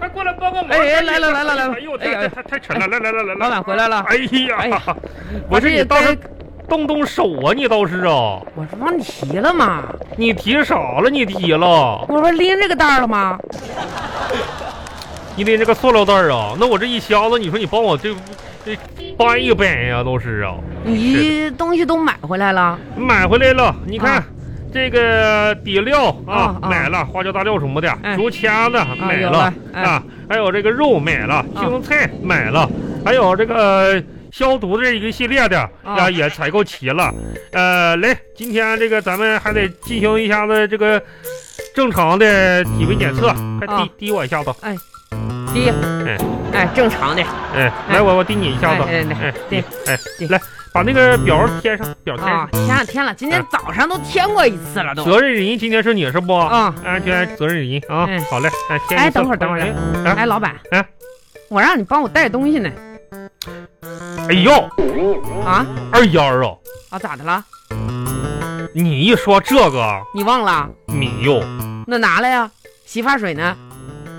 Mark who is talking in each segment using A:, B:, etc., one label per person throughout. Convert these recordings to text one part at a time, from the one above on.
A: 我忙
B: 哎哎
A: 着一会儿
B: 来了来了来了
A: 哎呦，
B: 哎呀
A: 太太太沉了，来来来来，来
B: 老板回来了
A: 哎呀，
B: 哎呀
A: 我说
B: 这
A: 你
B: 也
A: 倒是
B: 该
A: 动动手啊，你倒是啊，
B: 我这帮你提了吗？
A: 你提啥了？你提了，
B: 我不是拎这个袋儿了吗？
A: 你拎这个塑料袋儿啊？那我这一箱子，你说你帮我这这搬一搬呀、都是啊。
B: 你东西都买回来了？
A: 买回来了，你看、
B: 啊
A: 这个底料啊
B: 啊，啊
A: 买了花椒大料什么的，
B: 哎
A: 竹签子买
B: 有
A: 了
B: 了哎
A: 啊，还有这个肉买了，
B: 啊
A: 青菜买了，还有这个呃消毒的这一个系列的啊也采购齐了。呃，来，今天这个咱们还得进行一下子这个正常的体温检测，快
B: 啊
A: 滴滴我一下子，
B: 第一，哎，正常的。
A: 哎，来我我滴你一下子，
B: 哎哎哎
A: 哎
B: 滴
A: 哎
B: 滴
A: 来把那个表贴上，表贴
B: 啊
A: 上，，
B: 前两天了，今天早上都添过一次了都。
A: 责任人今天是你是不？
B: 啊，
A: 安全责任人啊
B: 嗯，
A: 好嘞，哎，先
B: 哎
A: 你坐
B: 等会儿等会儿
A: 哎
B: 哎，老板
A: 哎，
B: 我让你帮我带东西呢。
A: 哎呦，哦
B: 啊
A: 二丫儿啊，
B: 啊，咋的了？
A: 你一说这个
B: 你忘了？
A: 米哟，
B: 那拿来呀、洗发水呢？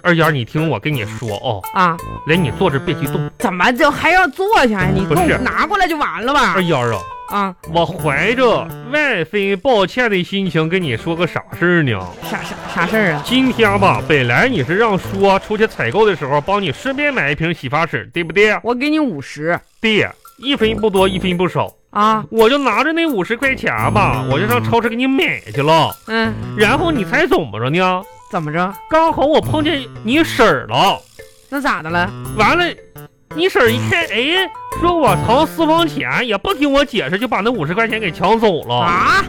A: 二丫儿，你听我跟你说哦，
B: 啊，
A: 来，你坐这别激动。
B: 怎么就还要坐下呀？你
A: 不
B: 弄
A: 是
B: 拿过来就完了吧
A: 二？丫儿啊，
B: 啊，
A: 我怀着万分抱歉的心情跟你说个啥事儿呢？
B: 啥啥啥事儿啊？
A: 今天吧，本来你是让说出去采购的时候帮你顺便买一瓶洗发水，对不对？
B: 我给你五十
A: 对，一分不多，一分不少，
B: 啊，
A: 我就拿着那五十块钱吧，我就上超市给你买去了。
B: 嗯，
A: 然后你猜怎么着呢？
B: 怎么着？
A: 刚好我碰见你婶儿了，
B: 那咋的了？
A: 完了，你婶儿一
B: 嗯
A: 看，哎，说我藏私房钱，也不听我解释，就把那五十块钱给抢走了。
B: 啊，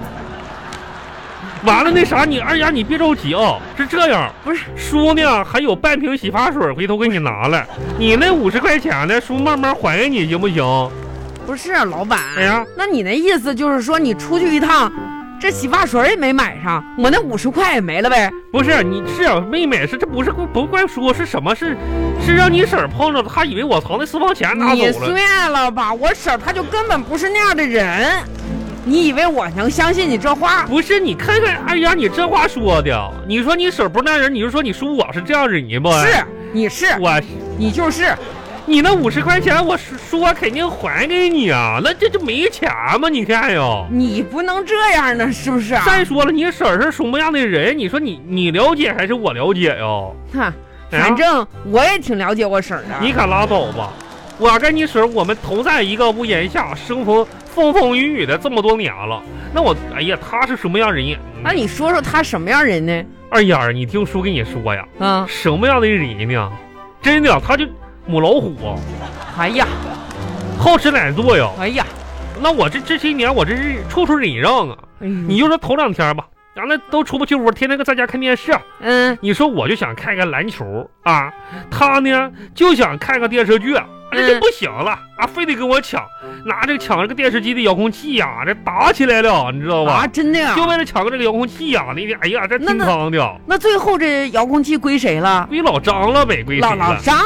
A: 完了，那啥，你二丫，你别着急啊、是这样，
B: 不是
A: 叔呢还有半瓶洗发水，回头给你拿来。你那五十块钱呢，叔慢慢还给你，行不行？
B: 不是，啊老板，
A: 哎呀，
B: 那你那意思就是说你出去一趟，这洗发水也没买上，我那五十块也没了呗？
A: 不是，你是啊妹妹，是这不是不怪叔，是什么？是是让你婶儿碰着了，她以为我藏那私房钱拿
B: 你
A: 走了。
B: 算了吧，我婶儿她就根本不是那样的人，你以为我能相信你这话？
A: 不是，你看看二丫，你这话说的，你说你婶儿不是那人，你就说你叔我是这样人不？
B: 是，你是，
A: 我，
B: 你就是，
A: 你那五十块钱，我叔叔我肯定还给你啊，那这就没钱嘛？你看呀。
B: 你不能这样呢，是不是啊？
A: 再说了，你婶儿是什么样的人？你说你你了解还是我了解呀？
B: 哼，
A: 哎呀
B: 反正我也挺了解我婶儿的。
A: 你可拉倒吧！我跟你婶儿，我们同在一个屋檐下，生活风风雨雨的这么多年了。那我，哎呀，她是什么样人呀？
B: 那你说说她什么样人呢？
A: 二丫儿，你听叔跟你说呀，
B: 啊，
A: 什么样的人呢？真的，他就母老虎啊，
B: 哎呀，
A: 好吃懒做呀。
B: 哎呀，
A: 那我这这些年，我这是处处忍让啊。你
B: 你
A: 就说头两天吧，咱们都出不去屋，天天搁在家看电视。啊
B: 嗯，
A: 你说我就想看看篮球啊，他呢就想看个电视剧，这就不行了啊，非得跟我抢，拿这个抢这个电视机的遥控器呀、这打起来了，你知道吧
B: 啊，？真的呀
A: 就？为了抢个这个遥控器呀、那天哎呀，这
B: 那
A: 挺
B: 那
A: 坑的，
B: 那最后这遥控器归谁了？
A: 归老张了呗，归
B: 老
A: 谁
B: 老
A: 了？
B: 张，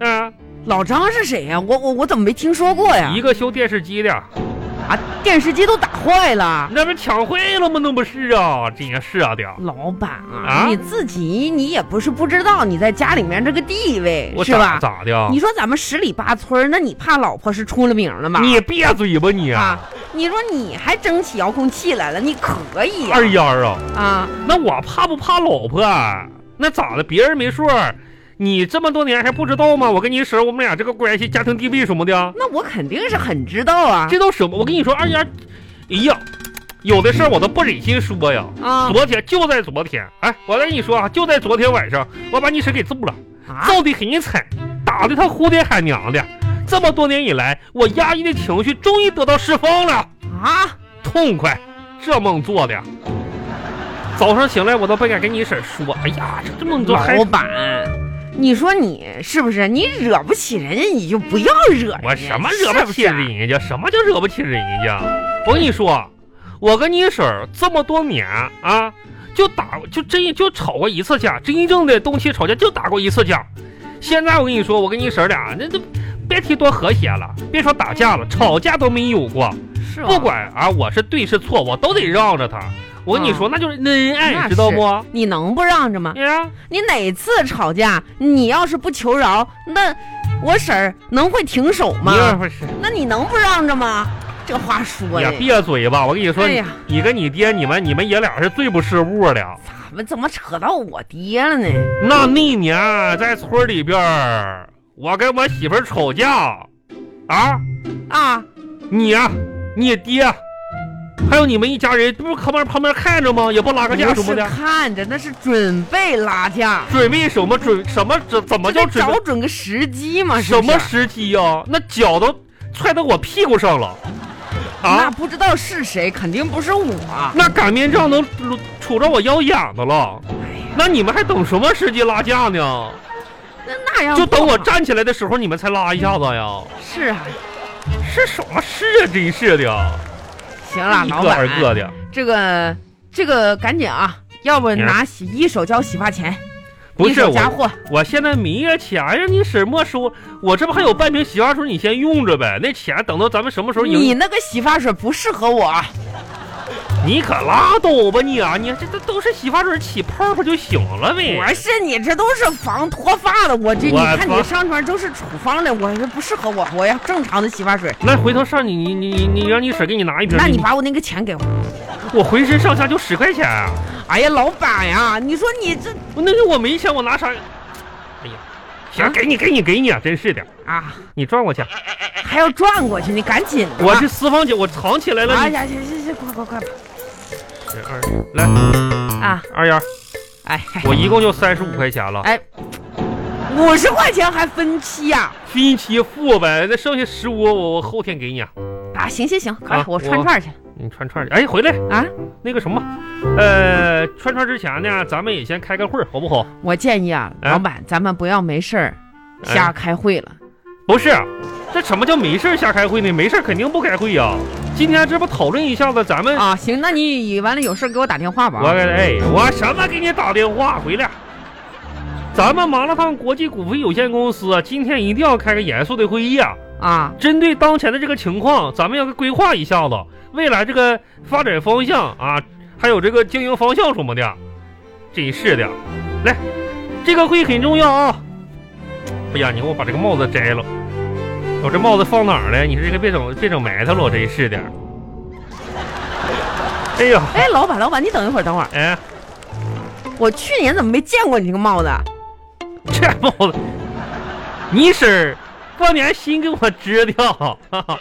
A: 嗯、
B: 老张是谁呀？我我我怎么没听说过呀
A: 一？个修电视机的，
B: 啊，电视机都打坏了。
A: 那不抢坏了吗？那不是啊，真是啊的。
B: 老板啊，
A: 啊
B: 你自己你也不是不知道你在家里面这个地位
A: 我
B: 嗯是
A: 咋
B: 吧？
A: 咋的？啊
B: 你说咱们十里八村儿，那你怕老婆是出了名了吗？
A: 你别嘴吧你！
B: 啊，你说你还争起遥控器来了，你可以呀
A: 二丫儿啊，
B: 啊！
A: 那我怕不怕老婆啊？那咋的？别人没数儿，你这么多年还不知道吗？我跟你婶儿，我们俩这个关系、家庭地位什么的，
B: 那我肯定是很知道啊
A: 这都什么？我跟你说，二丫，哎呀，有的事儿我都不忍心说呀。
B: 啊
A: 昨天就在昨天，哎，我跟你说啊，就在昨天晚上，我把你婶给揍了，
B: 啊！
A: 揍得很惨，打得她哭爹喊娘的。这么多年以来，我压抑的情绪终于得到释放了，
B: 啊，
A: 痛快，这梦做的。早上醒来，我都不敢跟你婶说。哎呀，这这梦做还
B: 老板，你说你是不是？你惹不起人家，你就不要惹人家。
A: 我什么惹不起
B: 哎是啊是
A: 人家？什么叫惹不起人家？我跟你说，我跟你婶儿这么多年啊，就打就真就吵过一次架，真正的动气吵架就打过一次架。现在我跟你说，我跟你婶儿俩那都别提多和谐了，别说打架了，吵架都没有过。啊
B: 是吧
A: 不管啊，我是对是错，我都得让着她。我跟你说，那就是恩爱，
B: 嗯那
A: 知道
B: 是啊
A: 不？
B: 你能不让着吗？
A: 呀，
B: 你哪次吵架，你要是不求饶，那我婶儿能会停手
A: 你要
B: 吗？
A: 不是
B: 那你能不让着吗？这话说
A: 也
B: 的，
A: 别嘴吧，我跟你说，
B: 哎
A: 你
B: 呀，
A: 你跟你爹，你们你们爷俩是最不是物了。
B: 怎么怎么扯到我爹了呢？
A: 那那年在村里边儿，我跟我媳妇儿吵架，啊，
B: 啊，
A: 你呀、你爹，还有你们一家人，不是旁边旁边看着吗？也不拉个架
B: 不
A: 什么
B: 是
A: 的，
B: 看着，那是准备拉架，
A: 准备什么准什么怎怎么
B: 这
A: 叫
B: 得
A: 准备
B: 找准个时机嘛，是
A: 什
B: 不是
A: 么？时机呀、那脚都踹到我屁股上了，
B: 那
A: 啊，
B: 不知道是谁，肯定不是我。
A: 那擀面杖能杵着我腰眼子了。
B: 哎
A: 那你们还等什么时机拉架呢？
B: 那那要
A: 就等我
B: 不
A: 站起来的时候，你们才拉一下子呀？
B: 是啊，
A: 是什么事啊？真是的，
B: 行了，
A: 一
B: 老
A: 个
B: 板
A: 二，个的。
B: 这个这个赶紧啊，要不
A: 呀
B: 拿洗一手交洗发钱，
A: 不
B: 一
A: 是
B: 手
A: 我
B: 家，货。
A: 我现在没这钱，让你婶没收。我这不还有半瓶洗发水，你先用着呗。那钱等到咱们什么时候
B: 你
A: 赢，
B: 那个洗发水不适合我，啊
A: 你可拉倒吧你啊！你这这都是洗发水起泡泡就行了呗。
B: 我是你这都是防脱发的，我这你
A: 哎我
B: 看
A: 操
B: 你上传都是处方的，我这不适合我，我要正常的洗发水。
A: 那回头上你你你你让你婶给你拿一瓶，
B: 那你把我那个钱给我。
A: 我浑身上下就十块钱，
B: 哎呀，老板呀，你说你这
A: 我那个我没钱，我拿啥？哎呀，行，
B: 啊
A: 给你给你给你啊，真是的，
B: 啊
A: 你转过去，
B: 还要转过去，你赶紧的啊。
A: 我这私房钱我藏起来了，
B: 哎
A: 你
B: 呀，行行行，快快快吧
A: 二来
B: 啊！
A: 二丫，
B: 哎，
A: 我一共就三十五块钱了，
B: 哎，五十块钱还分期呀、
A: 分期付呗，那剩下十五我我后天给你啊，
B: 啊？行行行，快、
A: 啊
B: 我串
A: 我
B: 串去
A: 你串串去，哎，回来
B: 啊！
A: 那个什么，呃，串串之前呢，咱们也先开个会儿，好不好？
B: 我建议啊，
A: 哎
B: 老板，咱们不要没事儿
A: 哎
B: 瞎开会了。
A: 不是，啊这什么叫没事儿瞎开会呢？没事儿肯定不开会呀、今天这不讨论一下子咱们
B: 啊，行，那你完了有事给我打电话吧。
A: 我给他，哎，我什么给你打电话回来？咱们麻辣烫国际股份有限公司啊，今天一定要开个严肃的会议啊！
B: 啊，
A: 针对当前的这个情况，咱们要规划一下子未来这个发展方向啊，还有这个经营方向什么的。真是的，来，这个会很重要啊！哎呀，你给我把这个帽子摘了，我这帽子放哪儿了？你这个别整别整埋汰了，我真是的。哎呀，
B: 哎，老板，老板，你等一会儿，等会儿，
A: 哎。
B: 我去年怎么没见过你这个帽子？
A: 这帽子，你婶儿过年新给我织的，哈哈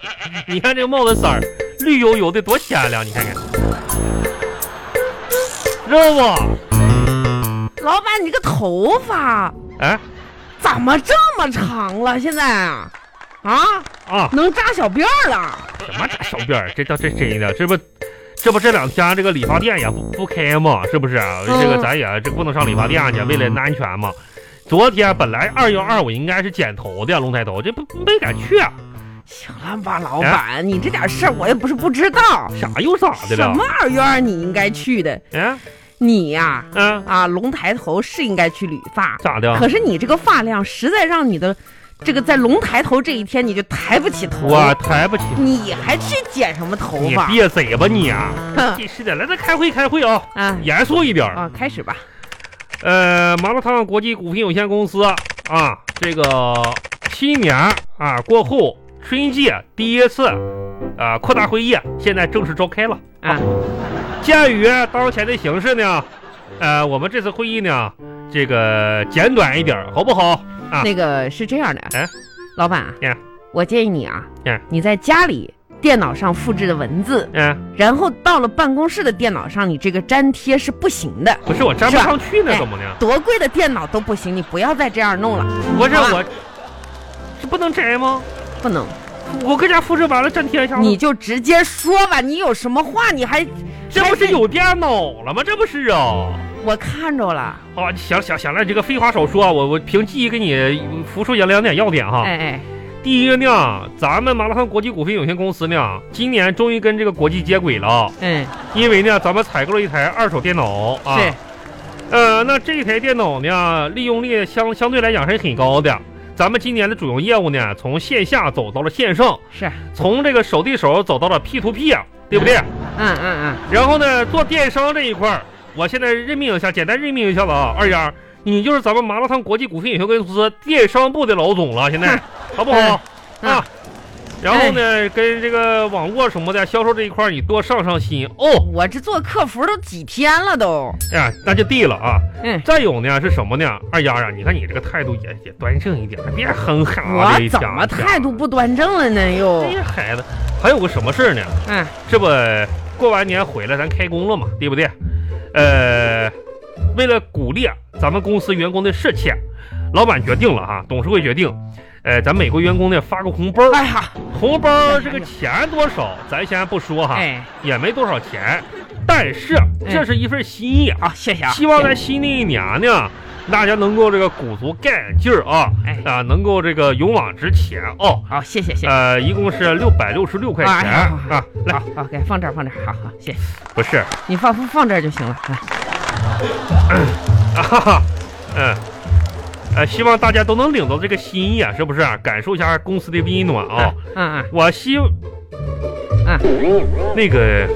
A: 你看这帽子色儿绿油油的，多鲜亮！你看看，知道不？
B: 老板，你这个头发
A: 哎
B: 怎么这么长了？现在啊，啊，
A: 啊，
B: 能扎小辫儿了？
A: 什么大小辫儿？这倒真真的，这不这不这两天这个理发店也不不开嘛，是不是、这个咱也这不能上理发店去，为了安全嘛。昨天本来二幺二我应该是剪头的，龙抬头，这不没敢去，
B: 行了吧，老板，你这点事儿我也不是不知道。
A: 啥又哎咋的
B: 什
A: 了
B: 么？二院儿你应该去的，
A: 哎
B: 你呀、
A: 嗯、
B: 啊，龙抬头是应该去理发，
A: 咋的？
B: 可是你这个发量实在让你的这个在龙抬头这一天你就抬不起头。
A: 我抬不起。
B: 你还去剪什么头
A: 你
B: 发？
A: 别嘴吧你啊！
B: 哼
A: 真是的，来，咱开会开会啊，
B: 啊
A: 严肃一点儿。
B: 啊，开始吧。
A: 呃，麻辣烫国际股份有限公司啊，这个新年啊过后，春季第一次啊扩大会议现在正式召开了。
B: 啊，
A: 鉴于当前的形势呢，呃，我们这次会议呢，这个简短一点儿，好不好？啊
B: 那个是这样的，
A: 哎
B: 老板啊
A: 呀
B: 我建议你啊
A: 呀
B: 你在家里电脑上复制的文字，
A: 嗯，
B: 然后到了办公室的电脑上，你这个粘贴是不行的，
A: 不是我粘不
B: 是吧
A: 上去呢，
B: 哎
A: 怎么呢？
B: 多贵的电脑都不行，你不要再这样弄了，
A: 不是
B: 好啊吧
A: 我，是不能摘吗？
B: 不能，
A: 我搁家复制完了粘贴一下吗。
B: 你就直接说吧，你有什么话你还哎
A: 这不是？有电脑了吗？这不是啊！
B: 我看着了，
A: 啊，行行行了，这个废话少说啊，我我凭记忆给你复述两两点要点哈。
B: 哎哎，
A: 第一个呢，咱们麻辣烫国际股份有限公司呢，今年终于跟这个国际接轨了，
B: 嗯，
A: 因为呢，咱们采购了一台二手电脑啊。
B: 是。
A: 呃，那这台电脑呢，利用率相相对来讲是很高的。咱们今年的主营业务呢，从线下走到了线上，
B: 是，
A: 从这个手递手走到了 P to P 啊，对不对？
B: 嗯嗯嗯
A: 然后呢，做电商这一块儿，我现在任命一下，简单任命一下子啊，二丫，你就是咱们麻辣烫国际股份有限公司电商部的老总 了，现在好不好、
B: 嗯
A: 啊？然后呢，跟这个网络什么的销售这一块儿，你多上上心哦。
B: 嗯，我这做客服都几天了都，
A: 哎呀，那就地了啊。
B: 嗯，
A: 再有呢是什么呢？二丫啊，你看你这个态度也也端正一点，别哼哈
B: 我
A: 啊的一
B: 怎
A: 家
B: 么
A: 伙
B: 态度？不端正了呢又
A: 哎？呀，孩子，还有个什么事儿呢？
B: 嗯，
A: 这不过完年回来咱开工了嘛，对不对？呃，为了鼓励啊咱们公司员工的士气，啊老板决定了哈，董事会决定，呃，咱每个员工呢发个红包，
B: 哎呀，
A: 红包这个钱多少咱先不说哈，
B: 哎，
A: 也没多少钱，但是这是一份心意啊，
B: 好，谢谢啊，
A: 希望在新的一年呢，大家能够这个鼓足干劲儿啊
B: 哎，
A: 啊，能够这个勇往直前哦。
B: 好，谢谢谢谢，
A: 呃，一共是六百六十六块钱
B: 哎呀
A: 啊，来，
B: 好好，给放这儿放这儿，好好，谢谢，
A: 不是。
B: 你放放放这儿就行了，啊
A: 啊哈哈， 嗯，呃，希望大家都能领到这个心意啊，是不是、感受一下公司的温暖啊、
B: 嗯嗯
A: 我希，
B: 嗯，
A: 那个，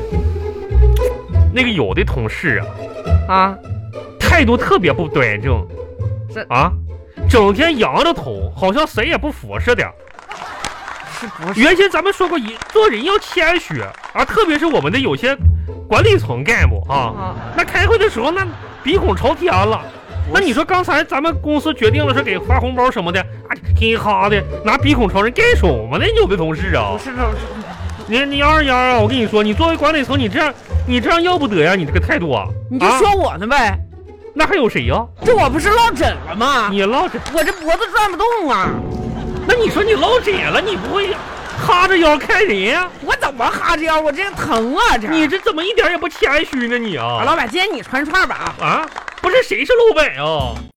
A: 那个有的同事啊，
B: 啊，
A: 态度特别不端正，
B: 这
A: 啊，整天扬着头，好像谁也不服似的。
B: 是不是？
A: 原先咱们说过，一做人要谦虚啊，特别是我们的有些管理层干部啊，
B: 啊，
A: 那开会的时候，那鼻孔朝天了。那你说刚才咱们公司决定了是给发红包什么的，啊，嘿哈的拿鼻孔朝人干什么呢？你有的同事啊
B: 不，是不是，
A: 你你二丫啊，我跟你说，你作为管理层，你这样你这样要不得呀，你这个态度啊，
B: 你就
A: 啊
B: 说我呢呗，
A: 那还有谁呀、
B: 这我不是落枕了吗？
A: 你落枕，
B: 我这脖子转不动啊，
A: 那你说你落枕了，你不会哈着腰看人呀、
B: 我怎么哈着腰？我这疼啊这。
A: 你这怎么一点也不谦虚呢你
B: 啊
A: 啊？
B: 老板，今天你穿串吧啊。
A: 啊，不是谁是老板啊？